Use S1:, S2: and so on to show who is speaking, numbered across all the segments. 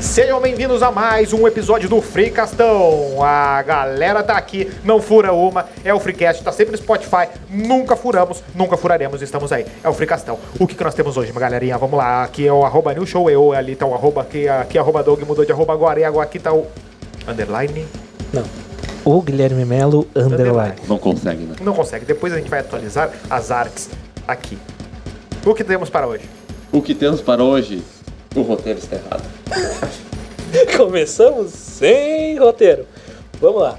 S1: Sejam bem-vindos a mais um episódio do Free Castão. A galera tá aqui, não fura uma, é o Freecast, tá sempre no Spotify, nunca furamos, nunca furaremos, estamos aí. É o Free Castão. O que, que nós temos hoje, uma galerinha? Vamos lá, aqui é o arroba New Show, eu ali tá o arroba, aqui, aqui é arroba Doug, mudou de arroba agora, e agora aqui tá o underline,
S2: Não. O Guilherme Melo
S1: underline.
S2: underline.
S3: Não consegue, né?
S1: Não consegue, depois a gente vai atualizar as artes aqui. O que temos para hoje?
S3: O que temos para hoje? O roteiro está errado.
S2: Começamos sem roteiro. Vamos lá.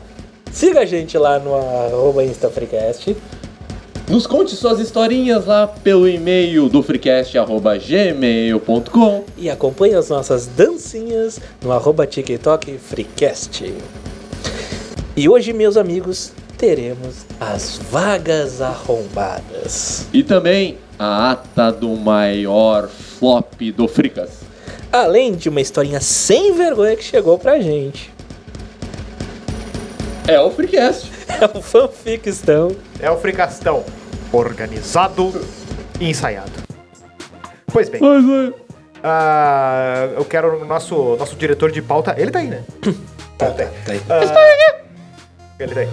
S2: Siga a gente lá no arroba InstaFreecast.
S3: Nos conte suas historinhas lá pelo e-mail do freecast.gmail.com
S2: e acompanhe as nossas dancinhas no arroba TikTok Freecast. E hoje, meus amigos, teremos as vagas arrombadas.
S3: e também a ata do maior flop do Fricas.
S2: Além de uma historinha sem vergonha que chegou pra gente.
S3: É o Freecast.
S2: É o fanfic estão.
S1: É o Fricastão, organizado e ensaiado. Pois bem,
S3: Mas, é,
S1: ah, eu quero o nosso, nosso diretor de pauta. Ele tá aí, né? Ah,
S2: Tá, tá, tá aí.
S1: Ele tá aí.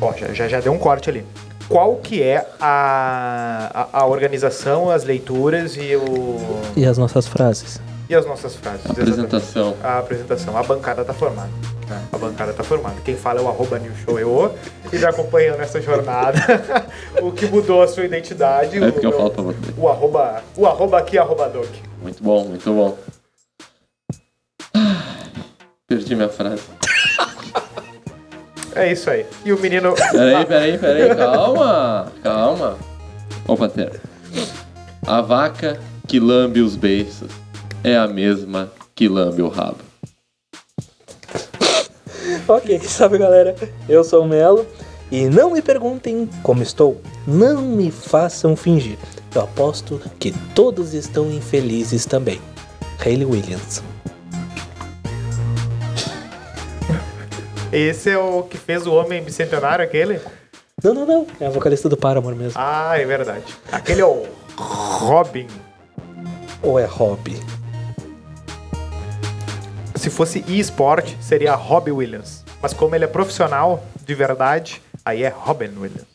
S1: Ó, já, já, já deu um corte ali. Qual que é a, a, a organização, as leituras e, o,
S2: E as nossas frases?
S1: e as nossas frases?
S3: Apresentação.
S1: Exatamente. A apresentação. A bancada tá formada. tá? A bancada tá formada. Quem fala é o arroba New Show EO, que já acompanhou nessa jornada o que mudou a sua identidade.
S3: É o que eu
S1: meu-
S3: falo pra você.
S1: O arroba, o arroba aqui, arroba doc.
S3: Muito bom, muito bom. Perdi minha frase.
S1: É isso aí. E o menino.
S3: Peraí, peraí, peraí, calma, calma. Ô, Pantera. A vaca que lambe os beiços é a mesma que lambe o rabo.
S2: Ok, salve galera, eu sou o Melo e não me perguntem como estou, não me façam fingir. Eu aposto que todos estão infelizes também. Hayley Williams.
S1: Esse é o que fez o homem bicentenário, aquele?
S2: Não, não, não, é a vocalista do Paramore mesmo.
S1: Ah, é verdade. Aquele é o Robin.
S2: Ou é Hobby?
S1: Se fosse e-sport, seria Robbie Williams. Mas como ele é profissional, de verdade, aí é Robin Williams.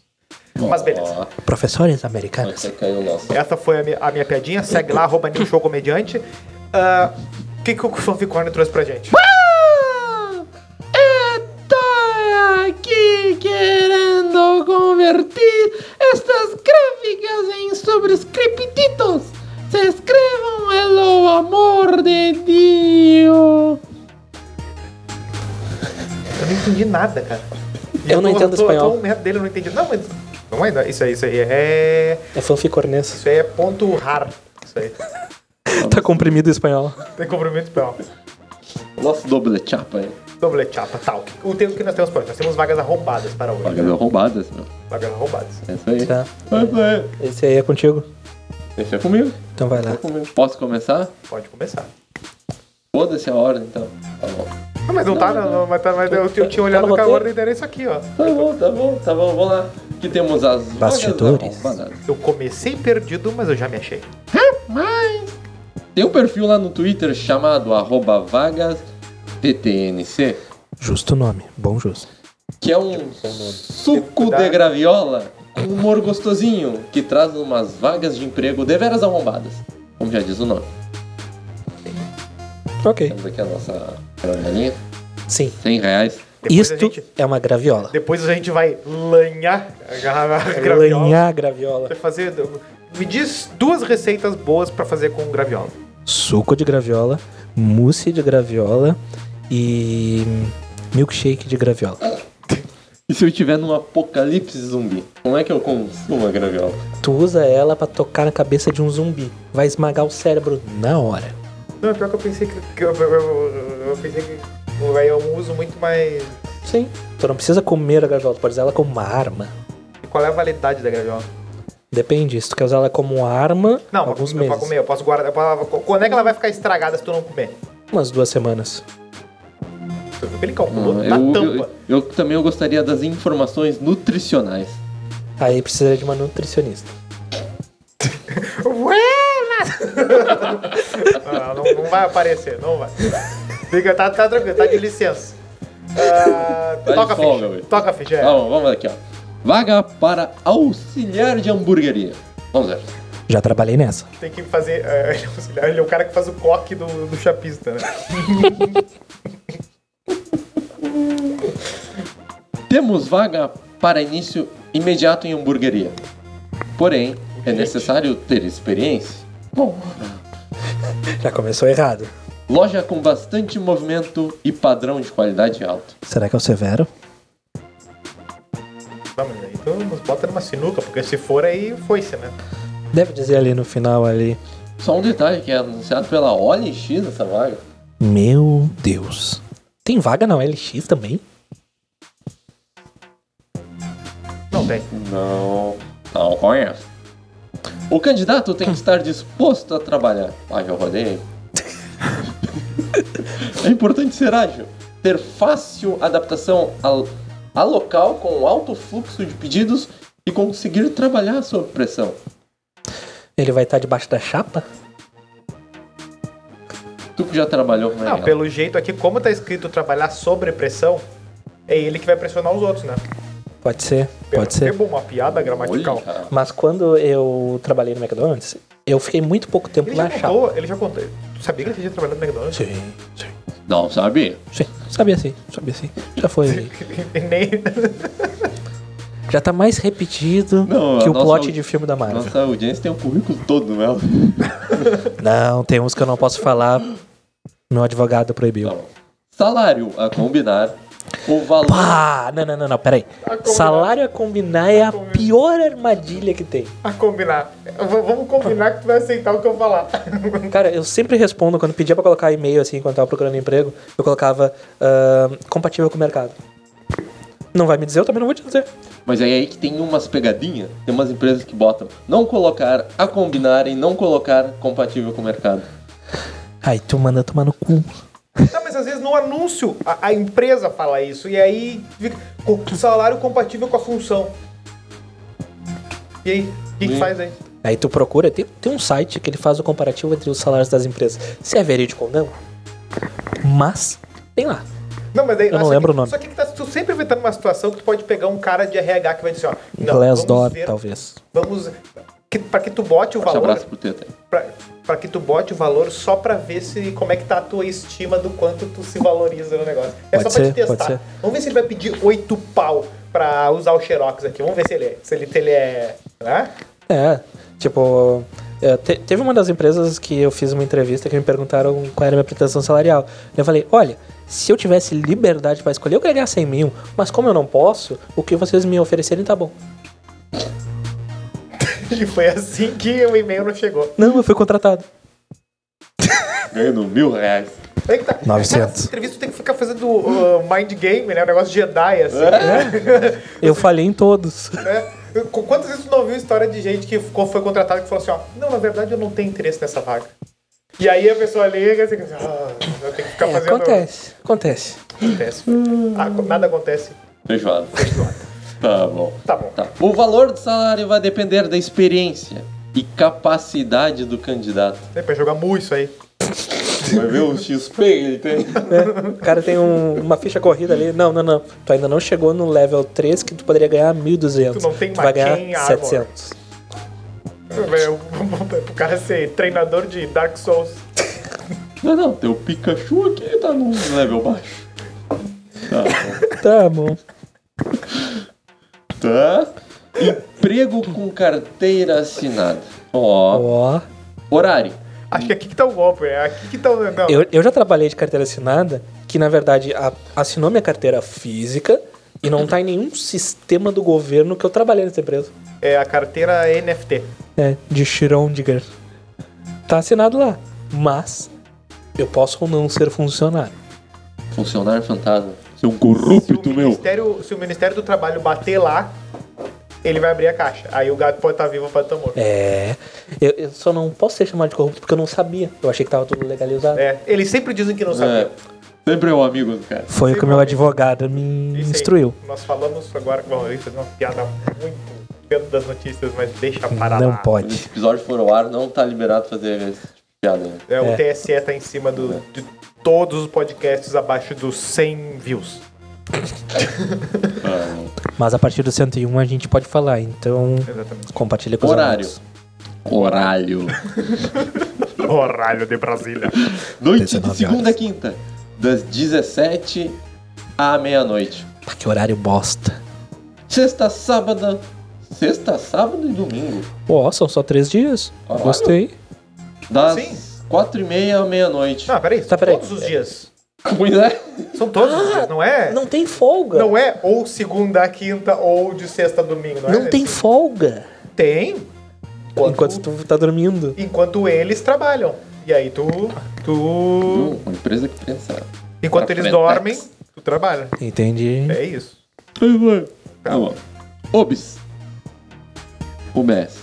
S1: Mas beleza.
S3: Ó,
S2: Professores americanas?
S3: Você caiu o nosso.
S1: Essa foi a minha, a minha piadinha. Segue lá, arroba New Show Comediante. Ah, O que, que o Fanfic Corner trouxe pra gente?
S3: Ah, é Estou aqui querendo convertir estas gráficas em sobrescriptitos. Se escrevam pelo amor de Deus.
S1: Eu não entendi nada, cara. E
S2: Eu não
S1: tô-
S2: entendo
S1: tô-
S2: espanhol.
S1: tô um merda dele, eu não entendi. Não, mas. Não é, isso aí, isso aí é.
S2: É fanfic ornessa.
S1: Isso aí é ponto rar. Isso aí.
S2: Tá comprimido o espanhol.
S1: Tem cumprimento espanhol.
S3: Nosso doble chapa aí.
S1: Doble chapa, tal. O tempo que nós temos por hoje. Nós temos vagas arrombadas para hoje.
S3: Vagas arrombadas, meu.
S1: Vagas arrombadas.
S3: assim, É isso aí.
S2: Tá.
S3: É isso aí.
S2: Esse aí é contigo?
S3: Deixa comigo.
S2: Então vai lá.
S3: Deixa comigo. Posso começar?
S1: Pode começar.
S3: Foda-se a ordem, então. Tá bom.
S1: Não, mas não, tá, não, não, mas, tá, mas eu, eu
S2: Tá
S1: tinha
S2: no
S1: olhado que a
S2: roteiro?
S1: ordem era isso aqui, ó.
S3: Tá bom, tá bom, tá bom. Vamos lá. Aqui temos as vagas
S2: Bastidores.
S3: arrombadas.
S1: Eu comecei perdido, mas eu já me achei.
S3: Mas tem um perfil lá no Twitter chamado arroba vagas TTNC,
S2: Justo nome, bom justo.
S3: que é um suco de graviola com humor gostosinho que traz umas vagas de emprego deveras arrombadas. Como já diz o nome.
S2: Ok.
S3: Temos aqui a nossa graviolinha.
S2: Sim.
S3: 100 reais.
S1: Depois a
S2: Isto
S1: gente-
S2: é uma graviola.
S1: Depois a gente vai lanhar a garrafa a graviola.
S2: Lanhar graviola.
S1: Vai fazer. Me diz duas receitas boas pra fazer com graviola.
S2: suco de graviola, mousse de graviola e milkshake de graviola.
S3: E se eu tiver num apocalipse zumbi? Como é que eu consumo a graviola?
S2: Tu usa ela pra tocar na cabeça de um zumbi, vai esmagar o cérebro na hora.
S1: Não, é pior que eu pensei que. que eu, eu- eu- eu pensei que vai é um uso muito mais.
S2: Sim. Tu não precisa comer a graviola, tu pode usar ela como uma arma.
S1: E qual é a validade da graviola?
S2: Depende, se tu quer usar ela como arma,
S1: Não, pra
S2: alguns
S1: comer, pra
S2: meses.
S1: comer, eu posso guardar. eu posso- quando é que ela vai ficar estragada se tu não comer?
S2: Umas duas semanas.
S1: Tu viu que Ele calculou na
S3: Ah, eu,
S1: tampa.
S3: eu- eu também eu gostaria das informações nutricionais.
S2: Aí precisa de uma nutricionista.
S1: Ah, Ué, mas- não, não, não vai aparecer, não vai. Fica, tá, tá tranquilo, tá de licença. Ah,
S3: Tá de
S1: toca a
S3: folga,
S1: ficha.
S3: velho.
S1: Toca a ficha, é.
S3: Vamos, vamos aqui, ó. Vaga para auxiliar de hamburgueria. Vamos ver.
S2: Já trabalhei nessa.
S1: Tem que fazer. é, ele é auxiliar, ele é o cara que faz o coque do, do chapista, né?
S3: Temos vaga para início imediato em hamburgueria. Porém, é necessário ter experiência. Bom,
S2: Já começou errado.
S3: loja com bastante movimento e padrão de qualidade alto.
S2: Será que é o Severo?
S1: Tá, mas aí tu nos bota numa sinuca, porque se for aí, foi-se, né?
S2: Deve dizer ali no final ali.
S3: Só um detalhe que é anunciado pela OLX essa vaga.
S2: Meu Deus. Tem vaga na LX também?
S1: Não tem.
S3: Não, não conheço. O candidato tem que estar disposto a trabalhar. Ah, eu rodei. é importante ser ágil, ter fácil adaptação ao- a, local com um alto fluxo de pedidos e conseguir trabalhar sob pressão.
S2: Ele vai estar debaixo da chapa?
S3: Tu que já trabalhou com
S1: Não,
S3: ele.
S1: Ah, pelo jeito aqui, como tá escrito trabalhar sobre pressão, é ele que vai pressionar os outros, né?
S2: Pode ser, pode ser.
S1: Pegou uma piada gramatical.
S3: Olha,
S2: Mas quando eu trabalhei no McDonald's, eu fiquei muito pouco tempo
S1: Ele
S2: na
S1: já
S2: chapa.
S1: contou, ele já contou. Tu sabia que ele tinha trabalhado no McDonald's?
S2: Sim, sim.
S3: Não, sabe?
S2: Sim, sabia sim, sabia sim. Já foi.
S1: E nem.
S2: Já tá mais repetido
S3: Não,
S2: que
S3: a
S2: o
S3: nossa
S2: plot
S3: audi-
S2: de filme da Marvel.
S3: Nossa audiência tem um currículo todo, né?
S2: Não, tem uns que eu não posso falar. Meu advogado proibiu.
S3: Não. Salário a combinar, o valor...
S2: Pá! Não, não, não, não, peraí.
S1: combinar.
S2: Salário a combinar é a
S1: combinar.
S2: pior armadilha que tem.
S1: A combinar. V- Vamos combinar que tu vai aceitar o que eu falar.
S2: Cara, eu sempre respondo, quando pedia pra colocar e-mail assim, quando tava procurando emprego, eu colocava ahn, compatível com o mercado. Não vai me dizer, eu também não vou te dizer.
S3: Mas é aí que tem umas pegadinhas, tem umas empresas que botam não colocar, a combinar e não colocar compatível com o mercado.
S2: Ai, tu manda tomar no cu.
S1: Não, mas às vezes no anúncio a, a empresa fala isso e aí fica com salário compatível com a função. E aí? O que, que
S3: Hum.
S1: faz aí?
S2: Aí tu procura, tem, tem um site que ele faz o comparativo entre os salários das empresas. Se é verídico ou não. Mas, tem lá.
S1: Não, mas daí,
S2: Eu não
S1: só que-
S2: lembro o nome.
S1: Só que tá- tu sempre vai estar numa situação que tu pode pegar um cara de RH que vai dizer, assim, ó. Não,
S2: Glassdoor,
S1: vamos ver-
S2: talvez.
S1: Vamos. Que, pra que tu bote o
S3: Um
S1: valor.
S3: abraço pro Teta.
S1: Pra, pra que tu bote o valor só pra ver se como é que tá a tua estima do quanto tu se valoriza no negócio. É
S2: Pode
S1: só pra
S2: ser,
S1: te testar.
S2: pode ser.
S1: Vamos ver se ele vai pedir oito pau pra usar o Xerox aqui. Vamos ver se ele é. Se ele, se ele é. Né?
S2: É, tipo. é, te- teve uma das empresas que eu fiz uma entrevista que me perguntaram qual era a minha pretensão salarial. Eu falei: olha, se eu tivesse liberdade pra escolher, eu queria ganhar 100 mil, mas como eu não posso, o que vocês me oferecerem tá bom.
S1: E foi assim que o e-mail não chegou.
S2: Não, eu fui contratado.
S3: Ganhando mil reais.
S1: É que tá.
S2: 900.
S1: Cara, essa entrevista tem que ficar fazendo uh, mind game, né? O negócio Jedi, assim.
S2: Eu falhei em todos.
S1: né? Qu- Quantas vezes tu não ouviu história de gente que ficou- foi contratada que falou assim, ó, não, na verdade eu não tenho interesse nessa vaga. E aí a pessoa liga e assim, ah, eu tenho que ficar
S2: É,
S1: fazendo...
S2: acontece, acontece.
S1: Acontece. Ah, nada acontece.
S3: Feijoada. Tá bom.
S1: Tá bom.
S3: Tá. O valor do salário vai depender da experiência e capacidade do candidato.
S1: Tem pra jogar mu isso aí.
S3: Tá. Vai ver o XP que ele tem.
S2: né? O cara tem um- uma ficha corrida ali. Não, não, não. Tu ainda não chegou no level 3 que tu poderia ganhar 1.200.
S1: Tu não tem
S2: vai ganhar
S1: Maquin Armor.
S2: 700.
S1: É, Pro cara ser treinador de Dark Souls.
S3: Não, não, teu Pikachu aqui tá num level baixo. Tá bom.
S2: Tá bom.
S3: Tá. Emprego com carteira assinada. Ó.
S2: Ó.
S3: Horário.
S1: Acho que aqui que tá o golpe, é aqui que tá o. Não.
S2: Eu, eu já trabalhei de carteira assinada, que na verdade a- assinou minha carteira física e não tá em nenhum sistema do governo que eu trabalhei nessa empresa.
S1: É a carteira NFT.
S2: É, de Schrödinger. Tá assinado lá. Mas eu posso ou não ser funcionário.
S3: Funcionário fantasma. Seu
S1: Se o,
S3: é um corrupto, meu.
S1: ministério, se o Ministério do Trabalho bater lá, ele vai abrir a caixa. Aí o gato pode estar vivo pra estar morto.
S2: É. Eu, eu só não posso ser chamado de corrupto porque eu não sabia. Eu achei que tava tudo legalizado.
S1: É, eles sempre dizem que não
S3: É,
S1: sabiam.
S3: sempre é o amigo do cara.
S2: Foi o que o meu advogado me
S1: Isso aí.
S2: instruiu.
S1: Nós falamos agora. Bom, eu ia fazer uma piada muito dentro das notícias, mas deixa parar
S2: Não
S1: lá.
S3: Quando
S2: pode.
S3: esse episódio for ao ar, não tá liberado fazer esse tipo Piada, né?
S1: É,
S2: É.
S1: O TSE tá em cima do- de todos os podcasts abaixo dos 100 views.
S3: Ah, não.
S2: Mas a partir do 101 a gente pode falar, então
S1: Exatamente.
S2: compartilha com os
S3: Horário.
S2: amigos.
S3: Horário.
S1: Horário de Brasília.
S3: Noite
S2: 19
S3: de
S2: horas.
S3: segunda a quinta, das 17 à meia-noite.
S2: Pá, que horário bosta.
S3: Sexta, sábado. Sexta, sábado e domingo.
S2: Ó, são só três dias.
S3: Caralho.
S2: Gostei.
S3: Das
S1: Sim. Ah.
S3: quatro e meia à meia-noite.
S1: Não, peraí. são
S2: Tá, peraí.
S1: Todos os dias.
S3: Pois é.
S1: São todos os dias, não é?
S2: Ah, Não tem folga.
S1: Não é ou segunda a quinta ou de sexta a domingo, não, é?
S2: Não tem folga.
S1: Tem. Enquanto,
S2: Enquanto tu tá dormindo.
S1: enquanto eles trabalham. E aí tu.
S2: Hum.
S1: Tu.
S3: Uma empresa que pensa.
S1: Enquanto
S3: pra
S1: eles
S3: frente.
S1: dormem, tu trabalha.
S2: Entendi.
S1: É isso.
S3: Tá bom. Obis. UBS.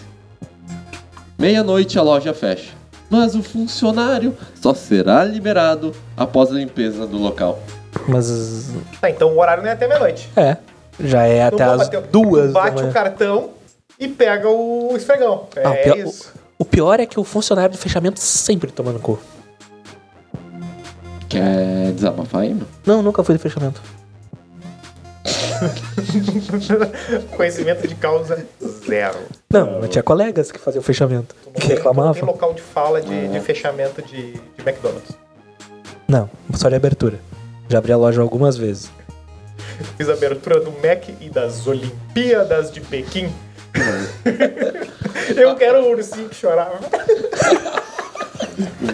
S3: Meia-noite a loja fecha. Mas o funcionário só será liberado após a limpeza do local.
S2: Mas.
S1: Tá, então o horário não é até meia-noite.
S2: É. Já é
S1: Não
S2: até
S1: vou
S2: as
S1: bater o-
S2: duas. da
S1: Bate
S2: manhã.
S1: o cartão e pega o esfregão. É
S2: Ah, o, pior, o-
S1: isso.
S2: o pior é que o funcionário do fechamento sempre toma no cu.
S3: Quer desabafar aí, mano?
S2: Não, nunca fui do fechamento.
S1: Conhecimento de causa zero.
S2: Não, eu tinha colegas que faziam fechamento. Que Ah.
S1: Tem
S2: reclamavam.
S1: local de fala de, de fechamento de, de McDonald's.
S2: Não, só de abertura. Já abri a loja algumas vezes.
S1: Fiz a abertura do Mac e das Olimpíadas de Pequim. Eu quero o ursinho que chorava.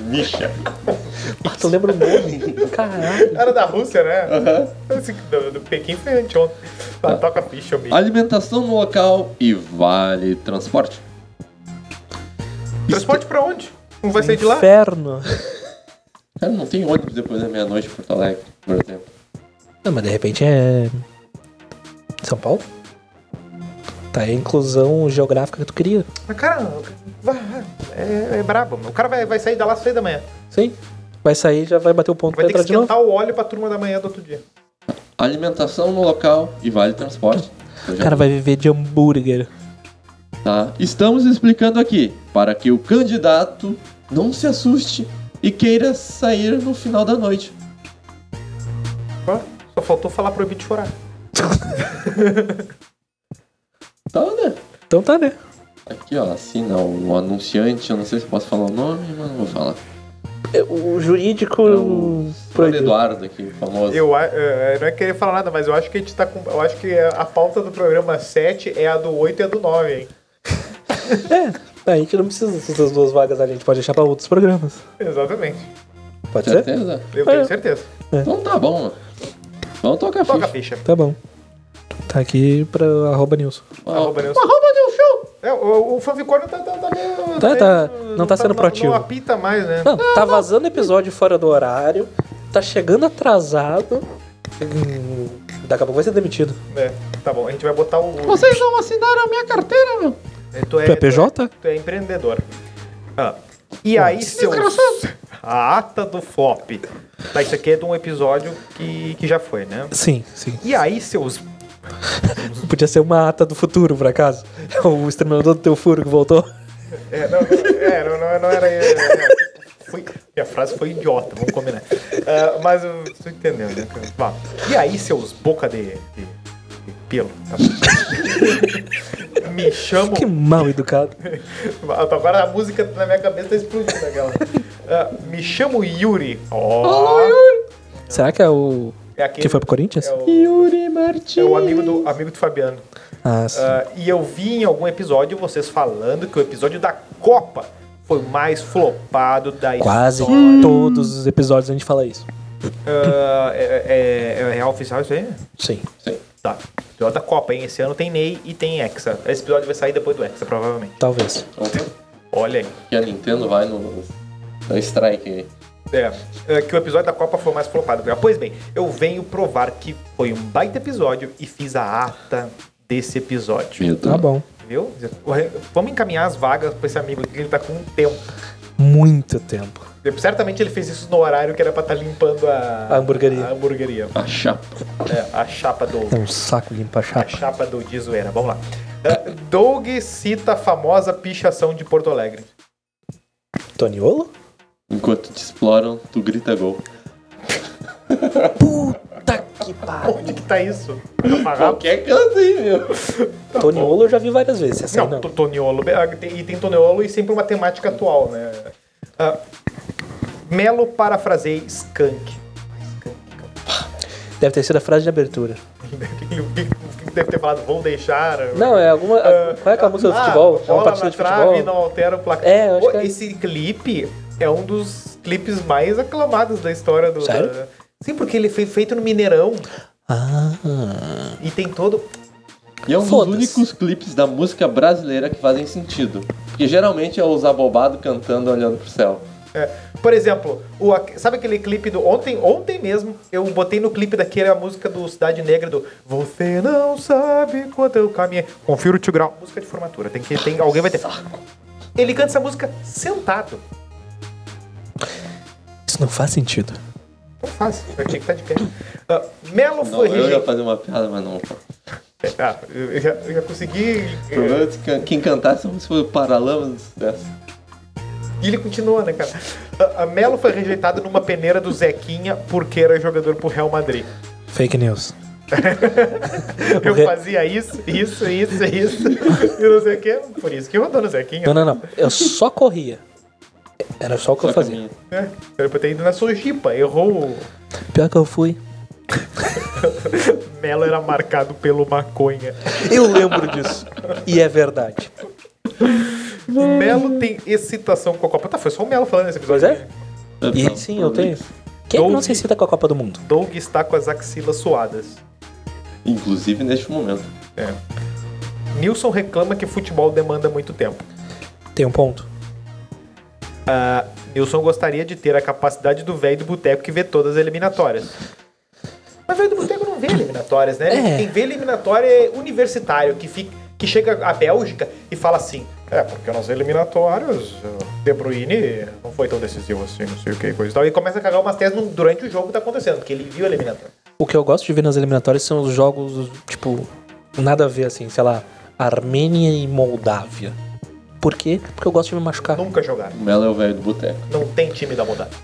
S3: Misha.
S2: Ah, tu lembra o nome? Caralho.
S1: Era da Rússia, né? Esse Do, do Pequim foi anteontem. Tá, toca ficha, bicho.
S3: Alimentação no local e vale transporte.
S1: Transporte pra onde? Não vai sair de lá?
S2: Inferno.
S3: Cara, não tem ônibus depois da meia-noite em Porto Alegre, por exemplo.
S2: Não, mas de repente é. São Paulo? Tá aí a inclusão geográfica que tu queria.
S1: Mas, cara, vai- é, é brabo. meu. O cara vai, vai sair da lá às seis da manhã.
S2: Sim. Vai sair já vai bater o ponto
S1: Vai
S2: pra
S1: ter que
S2: entrar de novo.
S1: esquentar o óleo pra turma da manhã do outro dia.
S3: Alimentação no local e vale transporte. Eu
S2: O
S3: já
S2: cara vai viver de hambúrguer.
S3: Tá? Estamos explicando aqui para que o candidato não se assuste e queira sair no final da noite.
S1: Ó, Só faltou falar proibir de chorar.
S3: Tá, né?
S2: Então tá, né?
S3: Aqui, ó, assina o anunciante, eu não sei se posso falar o nome, mas não vou falar.
S2: É, O jurídico
S3: É o Senhor
S2: proibiu.
S3: Eduardo aqui, famoso.
S1: Eu, a- é, eu não é querer falar nada, mas eu acho que a gente tá com. Eu acho que a pauta do programa 7 é a do 8 e a do 9, hein?
S2: É, a gente não precisa dessas duas vagas, a gente pode deixar pra outros programas.
S1: Exatamente.
S2: Pode ser?
S3: Certeza?
S1: Eu
S2: É.
S1: tenho certeza.
S3: Então tá bom, mano. Vamos tocar
S1: Toca a
S3: ficha.
S1: ficha.
S2: Tá bom. Tá aqui pra arroba news.
S1: Arroba News. É, o, o Favicórnio tá, tá, tá meio.
S2: Tá,
S1: meio-
S2: tá. Não tá sendo proativo.
S1: Não apita mais, né?
S2: Não, tá vazando episódio fora do horário, tá chegando atrasado. Hum, Daqui a pouco vai ser demitido.
S1: É, tá bom, a gente vai botar o.
S3: Vocês não assinaram a minha carteira, meu.
S1: Tu é,
S2: Tu é PJ?
S1: Tu é, tu é empreendedor. Ah, E aí, seu. A ata do flop. Tá, isso aqui é de um episódio que, que já foi, né?
S2: Sim, sim.
S1: E aí, seus.
S2: Podia ser uma ata do futuro, por acaso. É o exterminador do teu furo que voltou.
S1: É, não, não, é, não, não, não era. é, é, Fui, minha frase foi idiota, vamos combinar. Ah, mas eu- tu entendeu, né? Vá. E aí, seus boca de. de, de pelo. tá bom? Me chamam.
S2: Que mal educado.
S1: Agora a música na minha cabeça tá explodindo aquela. Ah, me chamo Yuri. Ó.
S2: Será que é o.
S1: É aquele-
S2: que foi pro Corinthians?
S1: É o,
S3: Yuri
S1: é
S3: Martins.
S1: o amigo, do, amigo do Fabiano.
S2: Ah, sim.
S1: Ah, e eu vi em algum episódio vocês falando que o episódio da Copa foi o mais flopado da
S2: Quase
S1: história.
S2: todos os episódios a gente fala isso.
S1: Ah, é, é- é real oficial isso aí?
S2: Sim.
S3: Sim.
S1: Tá. Episódio da Copa, hein? Esse ano tem Ney e tem Hexa. Esse episódio vai sair depois do Hexa, provavelmente.
S2: Talvez.
S3: Vamos ver
S1: Olha aí.
S3: Que a Nintendo vai no. no strike aí.
S1: É, é, que o episódio da Copa foi o mais flopado. Ah, Pois bem, eu venho provar que foi um baita episódio e fiz a ata desse episódio.
S3: Medo.
S2: Tá bom.
S1: Viu? Vamos encaminhar as vagas pra esse amigo aqui, que ele tá com um tempo.
S2: Muito tempo.
S1: Certamente ele fez isso no horário que era pra estar limpando a...
S2: A hamburgueria.
S1: A hamburgueria.
S3: A chapa.
S1: É, a chapa do...
S2: É um saco limpar
S1: A
S2: chapa.
S1: chapa do de zoeira. Vamos lá. É, Doug cita a famosa pichação de Porto Alegre.
S2: Toniolo?
S3: Enquanto te exploram, tu grita gol.
S2: Puta que pariu.
S1: Onde que tá isso? Caparrabo?
S3: Qualquer canto aí, meu.
S2: Toniolo eu já vi várias vezes, essa
S1: Tá
S2: aí
S1: Não,
S2: não.
S1: to- Toniolo. ah, tem- E tem Toniolo e sempre uma temática atual, né? Ah, Melo parafraseia Skank. Ah, Skank, cara.
S2: Deve ter sido a frase de abertura.
S1: O que- o que deve ter falado? Vão deixar.
S2: Não, é alguma.
S1: Ah,
S2: qual é aquela música do
S1: ah,
S2: futebol? É
S1: bola
S2: uma partida
S1: na
S2: de
S1: trave,
S2: futebol?
S1: não altera o placar.
S2: É, eu acho que é.
S1: Esse clipe é um dos clipes mais aclamados da história do.
S2: Sério?
S1: da- Sim, porque ele foi feito no Mineirão
S2: Ah.
S1: e tem todo.
S3: E é um dos
S2: Foda-se.
S3: únicos clipes da música brasileira que fazem sentido. Porque geralmente é os abobados cantando olhando pro céu.
S1: É, por exemplo, o, aque- sabe aquele clipe do. Ontem, ontem mesmo, eu botei no clipe daquele a música do Cidade Negra do Você não sabe quanto eu caminhei. Confira o Tio Grau. Música de formatura. Tem que, tem, alguém vai ter. Ele canta essa música sentado.
S2: Isso não faz sentido.
S1: Não faz. Eu tinha que estar de pé. Ah, Melo
S3: Não,
S1: foi
S3: eu ia
S1: rejeitado.
S3: fazer uma piada, mas não. O
S1: Ah, eu, eu já, eu já consegui. eh,
S3: problema é que can- quem cantasse música foi o Paralamas do Sucesso.
S1: E ele continua, né, cara? A, a Melo foi rejeitado numa peneira do Zequinha porque era jogador pro Real Madrid.
S2: Fake news.
S1: Eu
S2: Re-
S1: fazia isso, isso, isso, isso. e não sei o quê. Por isso que eu andou no Zequinha.
S2: Não, não, não. Eu só corria. Era só o que eu
S3: Só
S2: fazia.
S3: caminha.
S1: Né? Era pra ter ido na Sojipa. Errou. o-
S2: Pior que eu fui.
S1: Melo era marcado pelo maconha.
S2: Eu lembro disso. E é verdade.
S1: Melo tem excitação com a Copa. Tá, foi só o Melo falando nesse
S2: Pois
S1: episódio.
S2: é? E
S3: Então,
S2: sim, eu
S3: por
S2: tenho.
S3: isso.
S2: Quem é que não
S1: Doug.
S2: se excita com a Copa do Mundo?
S1: Doug está com as axilas suadas.
S3: Inclusive neste momento.
S1: É. Nilson reclama que futebol demanda muito tempo.
S2: Tem um ponto.
S1: Ah, Nilson gostaria de ter a capacidade do velho do boteco que vê todas as eliminatórias. Mas velho do boteco não vê eliminatórias, né?
S2: É.
S1: Quem vê eliminatória é universitário, que, fica, que chega à Bélgica e fala assim: É, porque nas eliminatórias, o De Bruyne não foi tão decisivo assim, não sei o que, coisa e tal. E começa a cagar umas teses no- durante o jogo que tá acontecendo, porque ele viu a eliminatória.
S2: O que eu gosto de ver nas eliminatórias são os jogos, tipo, nada a ver, assim, sei lá, Armênia e Moldávia. Por quê? Porque eu gosto de me machucar.
S1: Nunca jogaram.
S3: O Melo é o velho do boteco.
S1: Não tem time da Moldávia.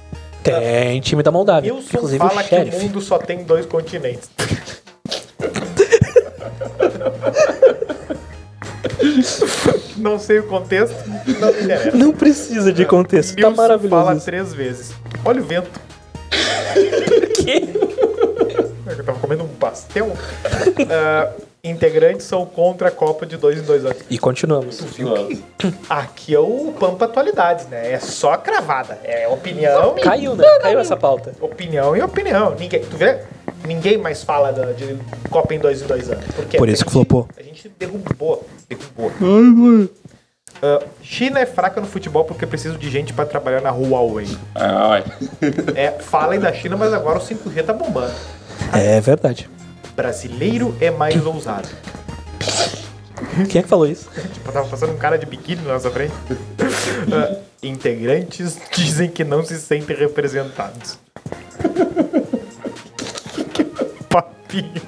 S2: Tem time da Moldávia.
S1: Nilson
S2: inclusive o
S1: fala que o
S2: Sheriff.
S1: mundo só tem dois continentes. não sei o contexto, não me interessa.
S2: Não precisa de contexto, tá
S1: Nilson
S2: maravilhoso.
S1: fala
S2: isso.
S1: três vezes. Olha o vento. Eu tava comendo um pastel. Ah, integrantes são contra a Copa de dois em dois anos.
S2: E continuamos.
S1: Aqui é o Pampa Atualidades, né? É só cravada. É opinião.
S2: Caiu, né? Caiu essa pauta.
S1: Opinião e opinião. Ninguém, tu vê? Ninguém mais fala da- de Copa em dois em dois anos. Porque
S2: Por
S1: a
S2: isso que
S1: gente-
S2: flopou.
S1: A gente derrubou. Derrubou. Ah, China é fraca no futebol porque precisa de gente pra trabalhar na Huawei.
S3: Ai.
S1: É, falem da China, mas agora o 5G tá bombando.
S2: É verdade.
S1: Brasileiro é mais ousado.
S2: Quem é que falou isso?
S1: Tipo, tava passando um cara de biquíni na nossa frente. Ah, integrantes dizem que não se sentem representados. que papinho.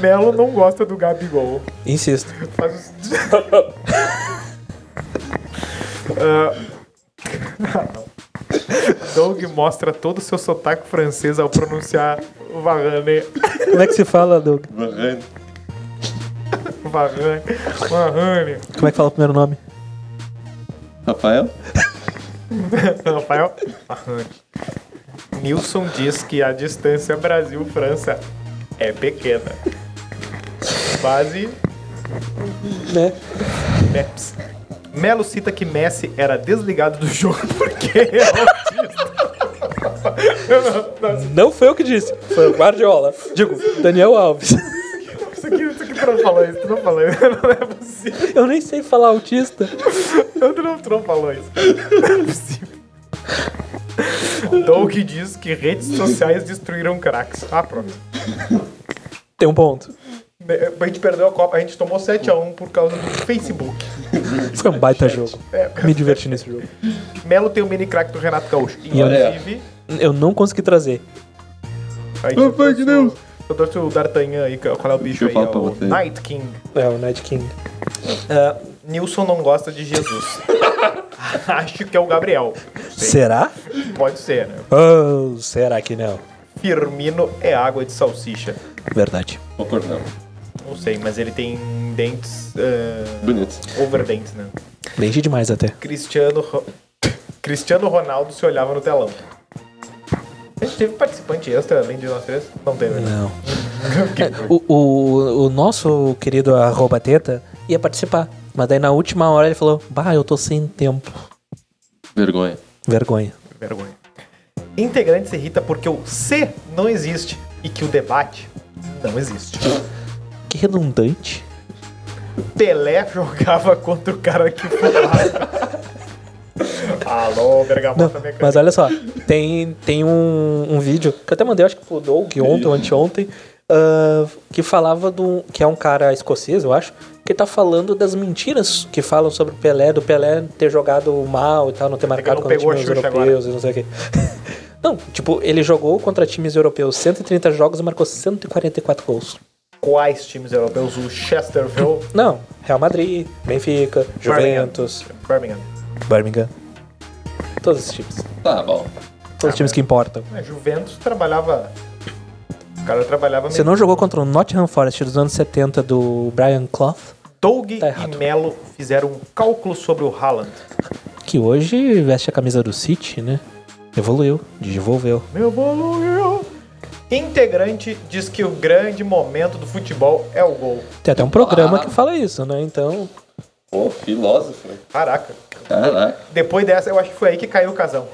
S1: Melo não gosta do Gabigol.
S2: Insisto.
S1: Faz os- Ah, não. Doug mostra todo o seu sotaque francês ao pronunciar Varane.
S2: Como é que se fala, Doug?
S3: Varane.
S1: Varane. Varane.
S2: Como é que fala o primeiro nome?
S3: Rafael?
S1: Rafael. Nilson diz que a distância Brasil-França é pequena. Quase
S2: Né?
S1: Maps. Melo cita que Messi era desligado do jogo porque é autista. Eu não- não,
S2: Não foi eu que disse, foi o Guardiola. Digo, Daniel Alves.
S1: Isso aqui, isso aqui tu não falou isso, tu não falou isso, não é possível.
S2: Eu nem sei falar autista.
S1: Tu não, tu não falou isso. Não é possível. Doug diz que redes sociais destruíram craques. Ah, pronto.
S2: Tem um ponto.
S1: É, A gente perdeu a Copa, a gente tomou 7x1 por causa do Facebook.
S2: Foi um baita jogo.
S1: É.
S2: Me diverti nesse jogo.
S1: Melo tem o mini crack do Renato Gaúcho.
S3: olha-
S1: Inclusive,
S2: Eu não consegui trazer.
S1: aí
S3: Oh, fake news.
S1: Eu trouxe o D'Artagnan aí, que- qual é o bicho
S3: Deixa eu
S1: aí?
S3: falar
S1: É
S3: pra
S1: o
S3: você.
S1: Night King.
S2: É, o Night King.
S1: Ah, Nilson não gosta de Jesus. Acho que é o Gabriel.
S2: Será?
S1: Pode ser, né?
S2: Oh, será que não?
S1: Firmino é água de salsicha.
S2: Verdade.
S3: Concordamos.
S1: Não sei, mas ele tem dentes. eh,
S3: Bonito.
S1: overdentes, né?
S2: Leite demais até.
S1: Cristiano, Ro- Cristiano Ronaldo se olhava no telão. A gente teve participante extra além de nós três? Não teve, né?
S2: Não. É, O, o, o nosso querido arroba teta ia participar. Mas daí na última hora ele falou: Bah, eu tô sem tempo.
S3: Vergonha.
S2: Vergonha.
S1: Vergonha. Integrante se irrita porque o C não existe e que o debate não existe.
S2: Que redundante.
S1: Pelé jogava contra o cara que fumava. Alô,
S2: Não,
S1: Bergamota Mecânica.
S2: mas olha só, tem, tem um, um vídeo que eu até mandei, acho que pro Doug ontem ou anteontem, ah, que falava do. que é um cara escocês, eu acho, que tá falando das mentiras que falam sobre o Pelé, do Pelé ter jogado mal e tal, É não ter marcado
S1: não
S2: contra
S1: pegou a
S2: times
S1: Xuxa
S2: europeus e não sei o quê. Não, tipo, ele jogou contra times europeus 130 jogos e marcou 144 gols.
S1: Quais times europeus? O Chesterfield,
S2: Não, Real Madrid, Benfica, Juventus,
S1: Birmingham.
S2: Birmingham. Todos esses times.
S3: Tá bom.
S2: Todos os times que importam.
S1: É, Juventus trabalhava. O cara trabalhava
S2: Você não jogou contra o Nottingham Forest dos anos 70 do Brian Clough,
S1: Doug
S2: Tá
S1: e
S2: errado.
S1: Melo fizeram um cálculo sobre o Haaland.
S2: que hoje veste a camisa do City, né? Evoluiu, desenvolveu.
S1: Meu bolo, eu. Integrante diz que o grande momento do futebol é o gol.
S2: Tem até um programa
S3: Ah.
S2: que fala isso, né? Então,
S3: Pô, filósofo. hein?
S1: Caraca.
S3: Caraca.
S1: Depois dessa, eu acho que foi aí que caiu o casão.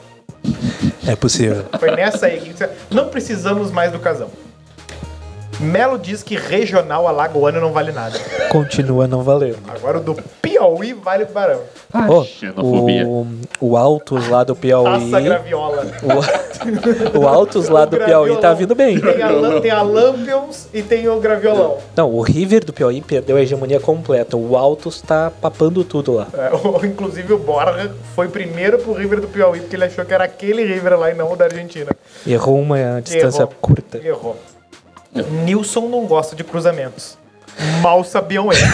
S2: é possível.
S1: Foi nessa aí que disse, não precisamos mais do casão. Melo diz que regional alagoano não vale nada.
S2: Continua não valendo.
S1: Agora o do Piauí vale barão.
S3: Ah,
S2: Ó,
S3: xenofobia.
S2: o, o Altos lá do Piauí.
S1: Taça graviola.
S2: O, o Altos lá do Piauí tá vindo bem.
S1: Tem a, Lam- tem a Lampions e tem o graviolão.
S2: Não, o River do Piauí perdeu a hegemonia completa. O Altos tá papando tudo lá.
S1: É, o- inclusive o Borja foi primeiro pro River do Piauí, porque ele achou que era aquele River lá e não o da Argentina.
S2: Errou uma distância
S1: Errou.
S2: curta.
S1: Errou. Nilson não gosta de cruzamentos. Mal sabiam eles.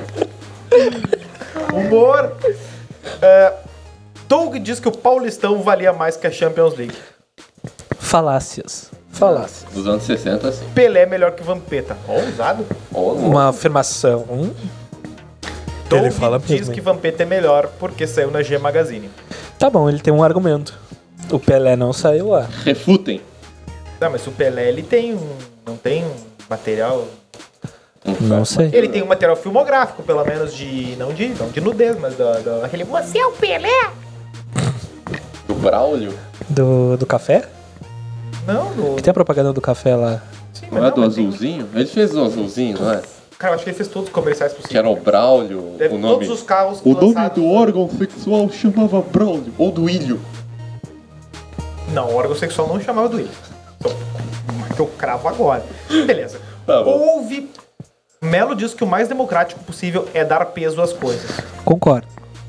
S1: Humor. É, Doug diz que o Paulistão valia mais que a Champions League.
S2: Falácias. Falácias.
S3: Dos anos 60, assim.
S1: Pelé é melhor que Vampeta. Ó, usado.
S3: Ó, louco.
S2: Uma afirmação. Hum?
S1: Doug
S2: Ele fala
S1: diz
S2: mesmo,
S1: que
S2: hein?
S1: Vampeta é melhor porque saiu na G Magazine.
S2: Tá bom, ele tem um argumento. O Pelé não saiu lá.
S3: Refutem.
S1: Não, Ah, mas o Pelé, ele tem um... Não tem um material...
S2: Não sei.
S1: Ele tem um material filmográfico, pelo menos de... Não de, não de nudez, mas da, da, daquele... Você é o Pelé?
S3: O Braulio.
S2: Do, do café?
S1: Não, no...
S2: Que tem a propaganda do café lá.
S1: Sim,
S3: Não é do
S1: tem-
S3: azulzinho? Ele fez o azulzinho, não é?
S1: Cara, eu acho que ele fez todos os comerciais
S3: Que era
S1: possíveis.
S3: o Braulio,
S1: Deve-
S3: o nome.
S1: Todos os carros
S3: O nome
S1: lançados-
S3: do órgão sexual chamava Braulio. Ou do Ilho.
S1: Não, o órgão sexual não chamava do Willis. Então, que eu cravo agora. Beleza.
S3: Tá bom.
S1: Houve... Melo diz que o mais democrático possível é dar peso às coisas.
S2: Concordo.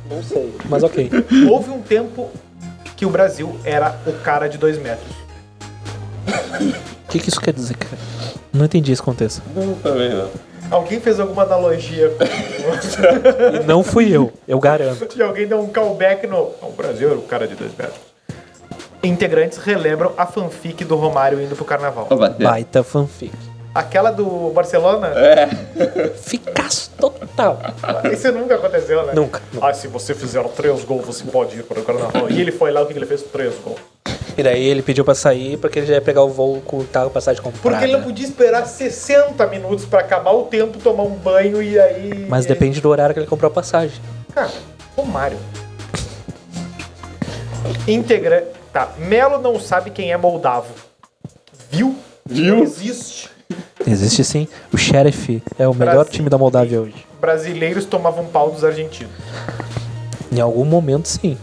S2: Não sei. Mas ok.
S1: Houve um tempo que o Brasil era o cara de dois metros.
S2: O que, que isso quer dizer, cara? Não entendi esse contexto.
S3: Não, também não.
S1: Alguém fez alguma analogia com...
S2: E não fui eu, eu garanto.
S1: E alguém deu um callback no... "Ah, O Brasil era o cara de dois metros. Integrantes relembram a fanfic do Romário indo pro carnaval.
S3: Ó, bater.
S2: Baita fanfic.
S1: Aquela do Barcelona...
S2: Ficaço total.
S1: Isso nunca aconteceu, né?
S2: Nunca, nunca.
S1: Ah, se você fizer três gols, você pode ir para o carnaval. E ele foi lá, o que que ele fez? Três gols.
S2: E daí ele pediu pra sair porque ele já ia pegar o voo com o carro passagem comprada.
S1: Porque ele não podia esperar 60 minutos para acabar o tempo, tomar um banho e aí.
S2: Mas depende do horário que ele comprou a passagem.
S1: Cara, o Mário. Integra. Tá, Melo não sabe quem é moldavo. Viu?
S3: Viu?
S1: Não existe.
S2: Existe sim. O Sheriff é o melhor
S1: Brasil.
S2: time da Moldávia hoje.
S1: Brasileiros tomavam pau dos argentinos.
S2: Em algum momento, sim.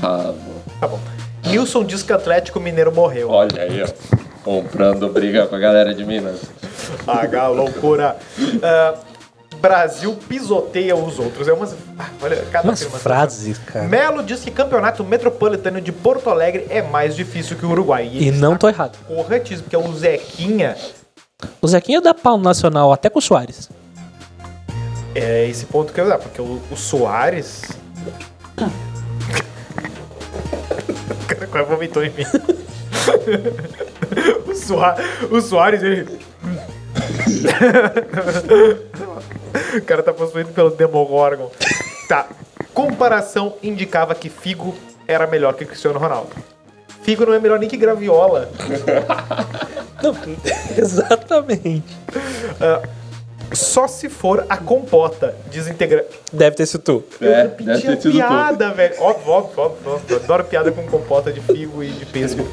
S3: Ah, bom.
S1: Tá bom. Nilson diz que Atlético Mineiro morreu.
S3: olha aí, ó. Comprando briga com a galera de Minas.
S1: H, loucura. Ah, Brasil pisoteia os outros. É umas. Ah, olha, cada
S2: Umas
S1: afirmação.
S2: frases, cara.
S1: Melo diz que campeonato metropolitano de Porto Alegre é mais difícil que o Uruguai.
S2: E
S1: ele
S2: não
S1: está
S2: tô errado.
S1: Corretíssimo, um porque é o Zequinha.
S2: O Zequinha dá pau no Nacional até com o Soares.
S1: É esse ponto que eu ia dar, porque o, o Soares. o cara quase vomitou em mim. o, Soa... o Soares, ele. o cara tá possuído pelo Demogorgon. Tá. Comparação indicava que Figo era melhor que Cristiano Ronaldo. Figo não é melhor nem que Graviola.
S2: Não, exatamente.
S1: Só se for a compota, diz integra-
S2: Deve ter sido tu.
S3: É,
S1: Pedi
S3: deve ter
S1: a
S3: sido tu.
S1: piada, velho. Óbvio, óbvio, óbvio, óbvio. Adoro piada com compota de figo e de pêssego.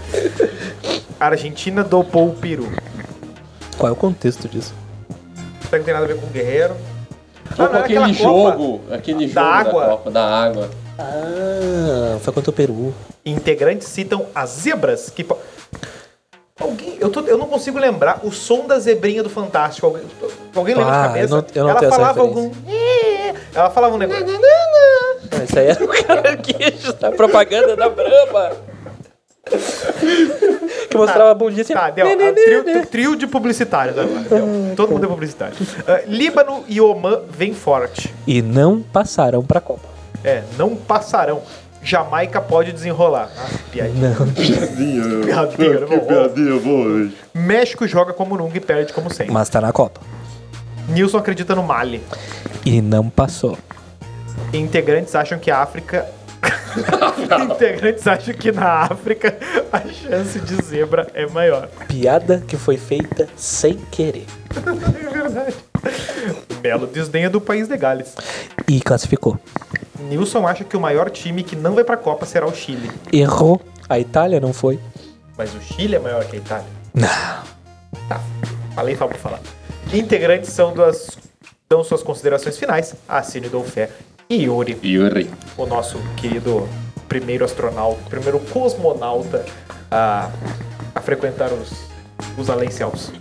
S1: A Argentina dopou o Peru.
S2: Qual é o contexto disso?
S1: Será que não tem nada a ver com o Guerreiro?
S3: Ou com
S1: era Ah, aquela
S3: aquele
S1: Copa
S3: jogo, aquele jogo
S1: da água.
S3: Copa, da água.
S2: Ah, foi contra o Peru.
S1: Integrantes citam as zebras que... po- Alguém... Eu, tô- eu não consigo lembrar o som da zebrinha do Fantástico. Alguém, alguém lembra
S2: Ah,
S1: de cabeça?
S2: eu não- eu não
S1: Ela
S2: tenho essa
S1: falava algum... Ela falava um negócio...
S2: Ah, Isso aí era o cara que da propaganda da Brahma. Que mostrava a bundinha assim.
S1: Tá, deu.
S2: né, né,
S1: Ah,
S2: né,
S1: trio,
S2: né.
S1: trio- trio de publicitários agora. Deu. Todo mundo é publicitário. Ah, Líbano e Oman vêm forte.
S2: E não passaram pra Copa.
S1: É, não passarão. Jamaica pode desenrolar. Ah, piadinha.
S2: Não.
S3: Piadinha.
S1: Piadinha, era bom.
S3: boa, velho.
S1: México joga como nunca e perde como sempre.
S2: Mas tá na Copa.
S1: Nilson acredita no Mali.
S2: E não passou.
S1: Integrantes acham que a África. Integrantes acham que na África a chance de zebra é maior.
S2: Piada que foi feita sem querer.
S1: É verdade. Belo desdenha do país de Gales.
S2: E classificou.
S1: Nilson acha que o maior time que não vai pra Copa será o Chile.
S2: Errou. A Itália não foi.
S1: Mas o Chile é maior que a Itália? Não. Tá, falei só pra falar. Integrantes são das, dão suas considerações finais, Assine Dolfé e Yuri,
S3: Yuri.
S1: o nosso querido primeiro astronauta, primeiro cosmonauta a, a frequentar os, os além céus.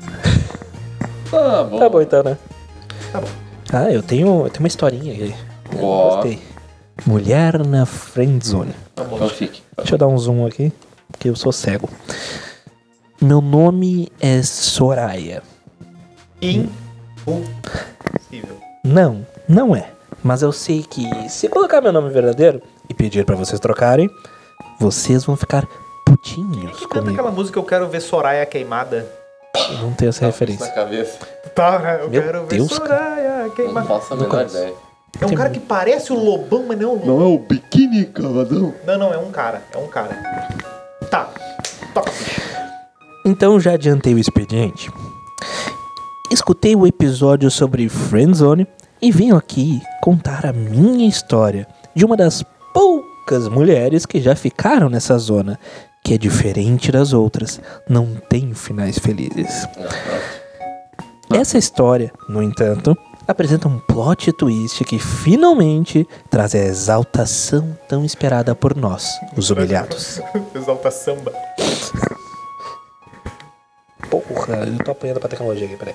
S3: Tá bom.
S2: Tá bom então, né?
S1: Tá bom.
S2: Ah, eu tenho, eu tenho uma historinha aí. Eu
S3: Ó.
S2: Gostei. Mulher na friendzone.
S1: Vamos
S3: Então
S1: lá.
S3: fique.
S2: Deixa eu dar um zoom aqui, porque eu sou cego. Meu nome é Soraya.
S1: Impossível.
S2: Não, não é. Mas eu sei que se eu colocar meu nome verdadeiro e pedir pra vocês trocarem, vocês vão ficar putinhos
S1: Que canta
S2: comigo.
S1: aquela música Eu Quero Ver Soraya Queimada?
S2: Não tenho essa referência.
S3: Na cabeça.
S1: Tá, né? Eu
S2: Meu
S1: quero
S2: Deus,
S1: ver
S2: cara.
S1: Soraya
S3: Não
S1: Queimada.
S3: faço a menor
S2: conheço.
S3: ideia.
S1: É um cara que parece o Lobão, mas não é o Lobão.
S3: Não é o biquíni cavadão?
S1: Não, não, é um cara. É um cara. Tá. Toca.
S2: Então já adiantei o expediente. Escutei o episódio sobre Friendzone e venho aqui contar a minha história de uma das poucas mulheres que já ficaram nessa zona, que é diferente das outras, não tem finais felizes. Essa história, no entanto, apresenta um plot twist que finalmente traz a exaltação tão esperada por nós, os humilhados.
S1: Exalta samba.
S2: Porra, eu tô apanhando pra tecnologia aqui, peraí.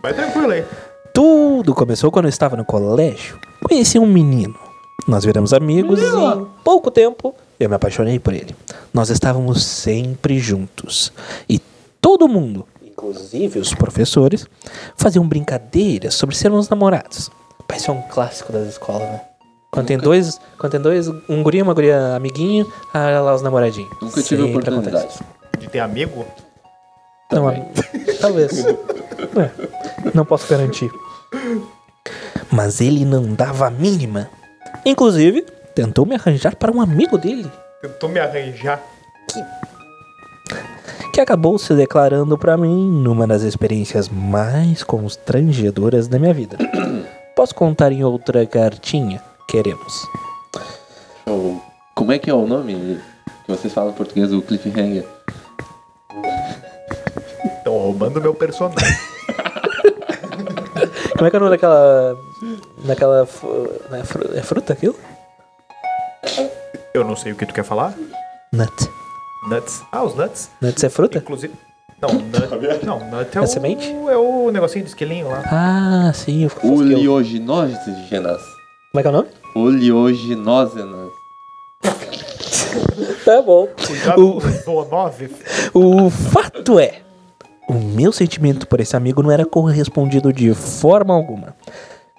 S1: Vai tranquilo aí.
S2: Tudo começou quando eu estava no colégio. Conheci um menino. Nós viramos amigos e em pouco tempo eu me apaixonei por ele. Nós estávamos sempre juntos. E todo mundo, inclusive os professores, faziam brincadeiras sobre sermos namorados. Pai, isso é um clássico das escolas, né? Quando tem dois, quando tem dois, um guri, e uma guria amiguinho, ah, olha lá os namoradinhos.
S3: Nunca tive
S2: Sempre
S3: oportunidade.
S2: acontece.
S1: De ter amigo?
S2: Não,
S3: Também.
S2: am- talvez. É, não posso garantir. Mas ele não dava a mínima. Inclusive, tentou me arranjar para um amigo dele,
S1: Tentou me arranjar.
S2: que acabou se declarando para mim numa das experiências mais constrangedoras da minha vida. Posso contar em outra cartinha? Queremos.
S3: O- Como é que é o nome que vocês falam em português, o cliffhanger?
S1: Estão roubando meu personagem.
S2: Como é que é o nome daquela. daquela. fu- né, fru- É fruta aquilo?
S1: Eu não sei o que tu quer falar.
S2: Nut.
S1: Nuts. Ah, os nuts.
S2: Nuts é fruta?
S1: Inclusive. Não, nut, não, nut é,
S2: É
S1: o.
S2: semente?
S1: É o negocinho do esquilinho lá.
S2: Ah, sim. Eu...
S3: é
S2: Como
S3: Oleoginógenas.
S2: é que é o nome?
S3: Oleoginógenas.
S2: Tá bom.
S1: Cuidado
S2: O-
S1: com os zoonoses.
S2: O fato é, um meu sentimento por esse amigo não era correspondido de forma alguma.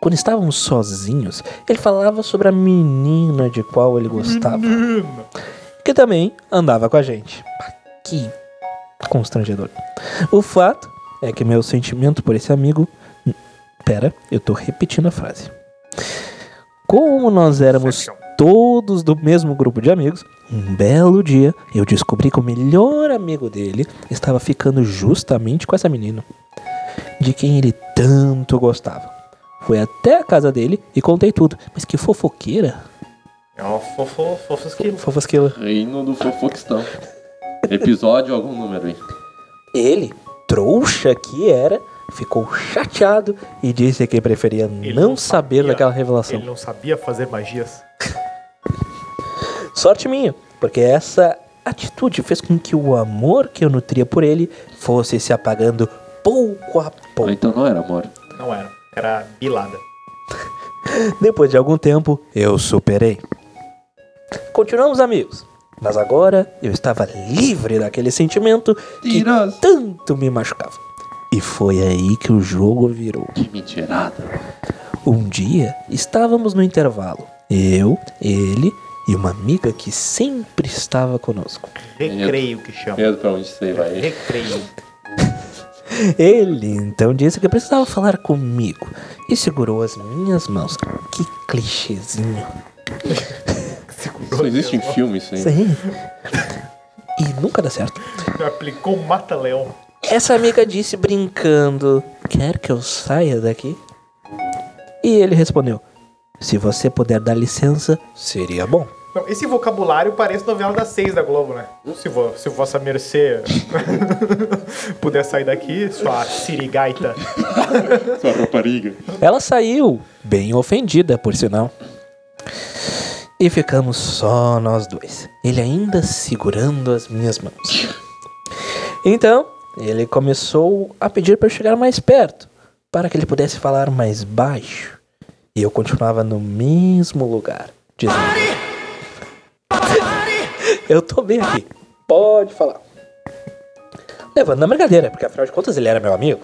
S2: Quando estávamos sozinhos, ele falava sobre a menina de qual ele gostava, que também andava com a gente. Que constrangedor. O fato é que meu sentimento por esse amigo. Pera, eu tô repetindo a frase. Como nós éramos todos do mesmo grupo de amigos, um belo dia eu descobri que o melhor amigo dele estava ficando justamente com essa menina, de quem ele tanto gostava. Fui até a casa dele e contei tudo, mas que fofoqueira!
S4: É uma fofo, fofosquilo.
S2: Fofosquila.
S3: Reino do Fofoquistão. Episódio algum número aí.
S2: Ele, trouxa que era, ficou chateado e disse que preferia não, saber
S1: sabia.
S2: daquela revelação.
S1: Ele não sabia fazer magias.
S2: Sorte minha, porque essa atitude fez com que o amor que eu nutria por ele fosse se apagando pouco a
S3: Ou
S2: pouco.
S3: Então não era, amor.
S1: Não era. Era bilada.
S2: Depois de algum tempo, eu superei. Continuamos amigos, mas agora eu estava livre daquele sentimento que
S3: Tiras.
S2: tanto me machucava. E foi aí que o jogo virou.
S3: Que mentirada.
S2: Um dia estávamos no intervalo. Eu, ele e uma amiga que sempre estava conosco.
S1: Recreio que chama.
S3: Medo pra onde você vai.
S1: Recreio.
S2: Ele então disse que precisava falar comigo e segurou as minhas mãos. Que clichêzinho.
S3: Isso existe em filme, isso aí.
S2: Sim. E nunca dá certo.
S1: Aplicou um mata-leão.
S2: Essa amiga disse brincando: Quer que eu saia daqui? E ele respondeu: Se você puder dar licença, seria bom.
S1: Não, esse vocabulário parece novela das seis da Globo, né? Se, vo, se vossa mercê puder sair daqui, sua sirigaita.
S3: Sua rapariga.
S2: Ela saiu, bem ofendida, por sinal. E ficamos só nós dois. Ele ainda segurando as minhas mãos. Então, ele começou a pedir para eu chegar mais perto, para que ele pudesse falar mais baixo. E eu continuava no mesmo lugar, dizendo: Eu tô bem aqui. Pode falar. Levando na brincadeira, porque afinal de contas ele era meu amigo.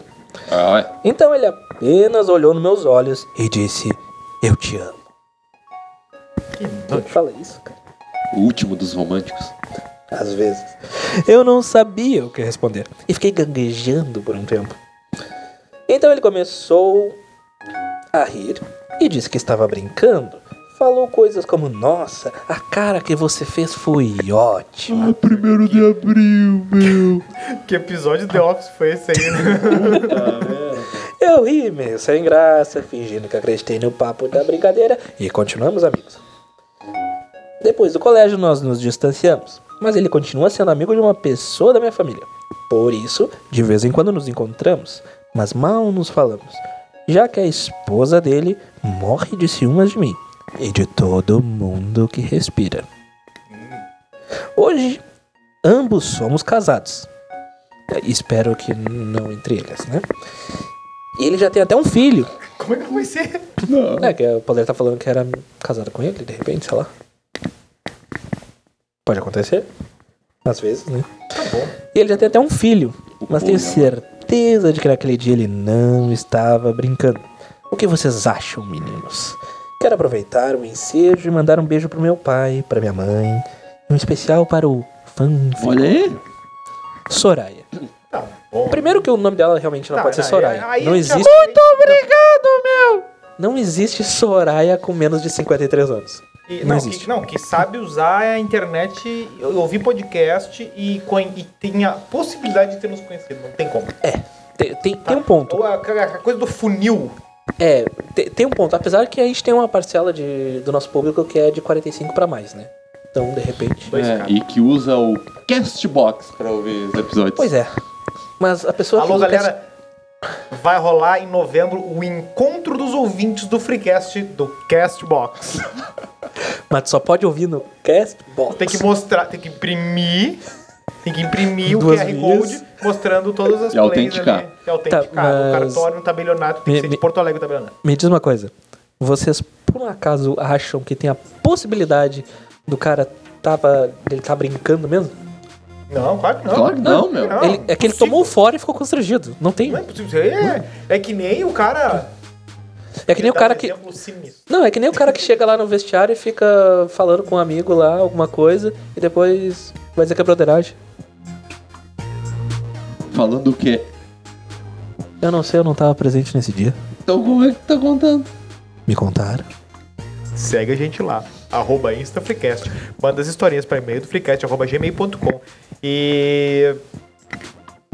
S3: Ah, é.
S2: Então ele apenas olhou nos meus olhos e disse: Eu te amo. Que fala isso, cara?
S3: O último dos românticos.
S2: Às vezes. Eu não sabia o que responder e fiquei gaguejando por um tempo. Então ele começou a rir e disse que estava brincando. Falou coisas como: Nossa, a cara que você fez foi ótima.
S3: É Primeiro de abril, meu.
S1: Que episódio de The Office foi esse aí? né?
S2: Eu ri meio sem graça, fingindo que acreditei no papo da brincadeira e continuamos amigos. Depois do colégio nós nos distanciamos, mas ele continua sendo amigo de uma pessoa da minha família. Por isso, de vez em quando nos encontramos, mas mal nos falamos, já que a esposa dele morre de ciúmes de mim e de todo mundo que respira. Hoje, ambos somos casados. Espero que não entre eles, né? E ele já tem até um filho.
S1: Como é que vai ser?
S3: Não.
S2: É, que eu poderia estar falando que era casada com ele, de repente, sei lá. Pode acontecer. Às vezes, né?
S1: Tá bom.
S2: E ele já tem até um filho. Mas tenho
S3: Olha.
S2: certeza de que naquele dia ele não estava brincando. O que vocês acham, meninos? Quero aproveitar o ensejo e mandar um beijo pro meu pai, pra minha mãe. Um especial para o fanfic
S3: Olha aí.
S2: Soraya.
S1: Tá bom.
S2: Primeiro que o nome dela realmente não
S1: Tá,
S2: pode ser
S1: aí-
S2: Soraya.
S1: aí
S2: não
S1: já-
S2: existe. Não existe Soraya com menos de 53 anos.
S1: E-
S2: Não
S1: não,
S2: existe.
S1: que, não, que sabe usar a internet, e ouvir podcast e, conhe- e tem a possibilidade de ter nos conhecido. Não tem como.
S2: Tem, É, tem,
S1: Tá.
S2: tem um ponto.
S1: Ou a, a coisa do funil.
S2: É, tem, tem um ponto. Apesar que a gente tem uma parcela de, do nosso público que é de 45 pra mais, né? Então, de repente.
S1: Dois
S3: É,
S1: caras.
S3: e que usa o Castbox pra ouvir os episódios.
S2: Pois é. Mas a pessoa.
S1: Alô,
S2: que-
S1: galera. Vai rolar em novembro o encontro dos ouvintes do Freecast do Castbox.
S2: Mas só pode ouvir no Castbox.
S1: Tem que mostrar, tem que imprimir, tem que imprimir
S2: Duas
S1: o QR
S2: vias.
S1: Code mostrando todas as
S3: E autenticar.
S1: ali. E autenticar.
S2: Tá, mas-
S1: No cartório, no tabelionato, tem
S2: Me-
S1: que ser de
S2: me-
S1: Porto Alegre tá o tabelionato.
S2: Me diz uma coisa. Vocês, por um acaso, acham que tem a possibilidade do cara tava. dele tá brincando mesmo?
S1: Não, claro que não.
S3: Claro que não, meu.
S1: Não.
S2: Ele- é que ele
S1: impossível.
S2: tomou fora e ficou constrangido. Não tem.
S1: Não é impossível. Isso aí é, é que nem o cara.
S2: É que nem o
S1: Dá
S2: cara
S1: um
S2: que.
S1: exemplo sinistro.
S2: Não, é que nem o cara que chega lá no vestiário e fica falando com um amigo lá, alguma coisa, e depois vai dizer que é broderagem.
S3: Falando o quê?
S2: Eu não sei, eu não tava presente nesse dia.
S3: Então como é que tá contando?
S2: Me contaram.
S1: Segue a gente lá. Arroba InstaFreecast. Manda as historinhas para e-mail do freecast.gmail.com. E.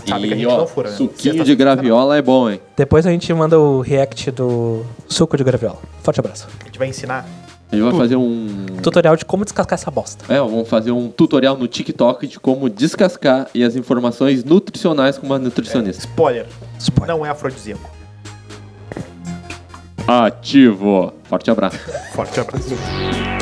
S1: Sabe que a gente
S3: ó,
S1: não fura, né?
S3: suquinho de
S1: Sexta-feira
S3: graviola é bom, hein?
S2: Depois a gente manda o react do suco de graviola. Forte abraço.
S1: a gente vai ensinar.
S3: A gente vai fazer um...
S2: Tutorial de como descascar essa bosta.
S3: É, ó, vamos fazer um tutorial no TikTok de como descascar e as informações nutricionais com uma nutricionista.
S1: Spoiler:
S2: Spoiler.
S1: não é afrodisíaco. É.
S3: Ativo. Forte abraço.
S1: Forte abraço.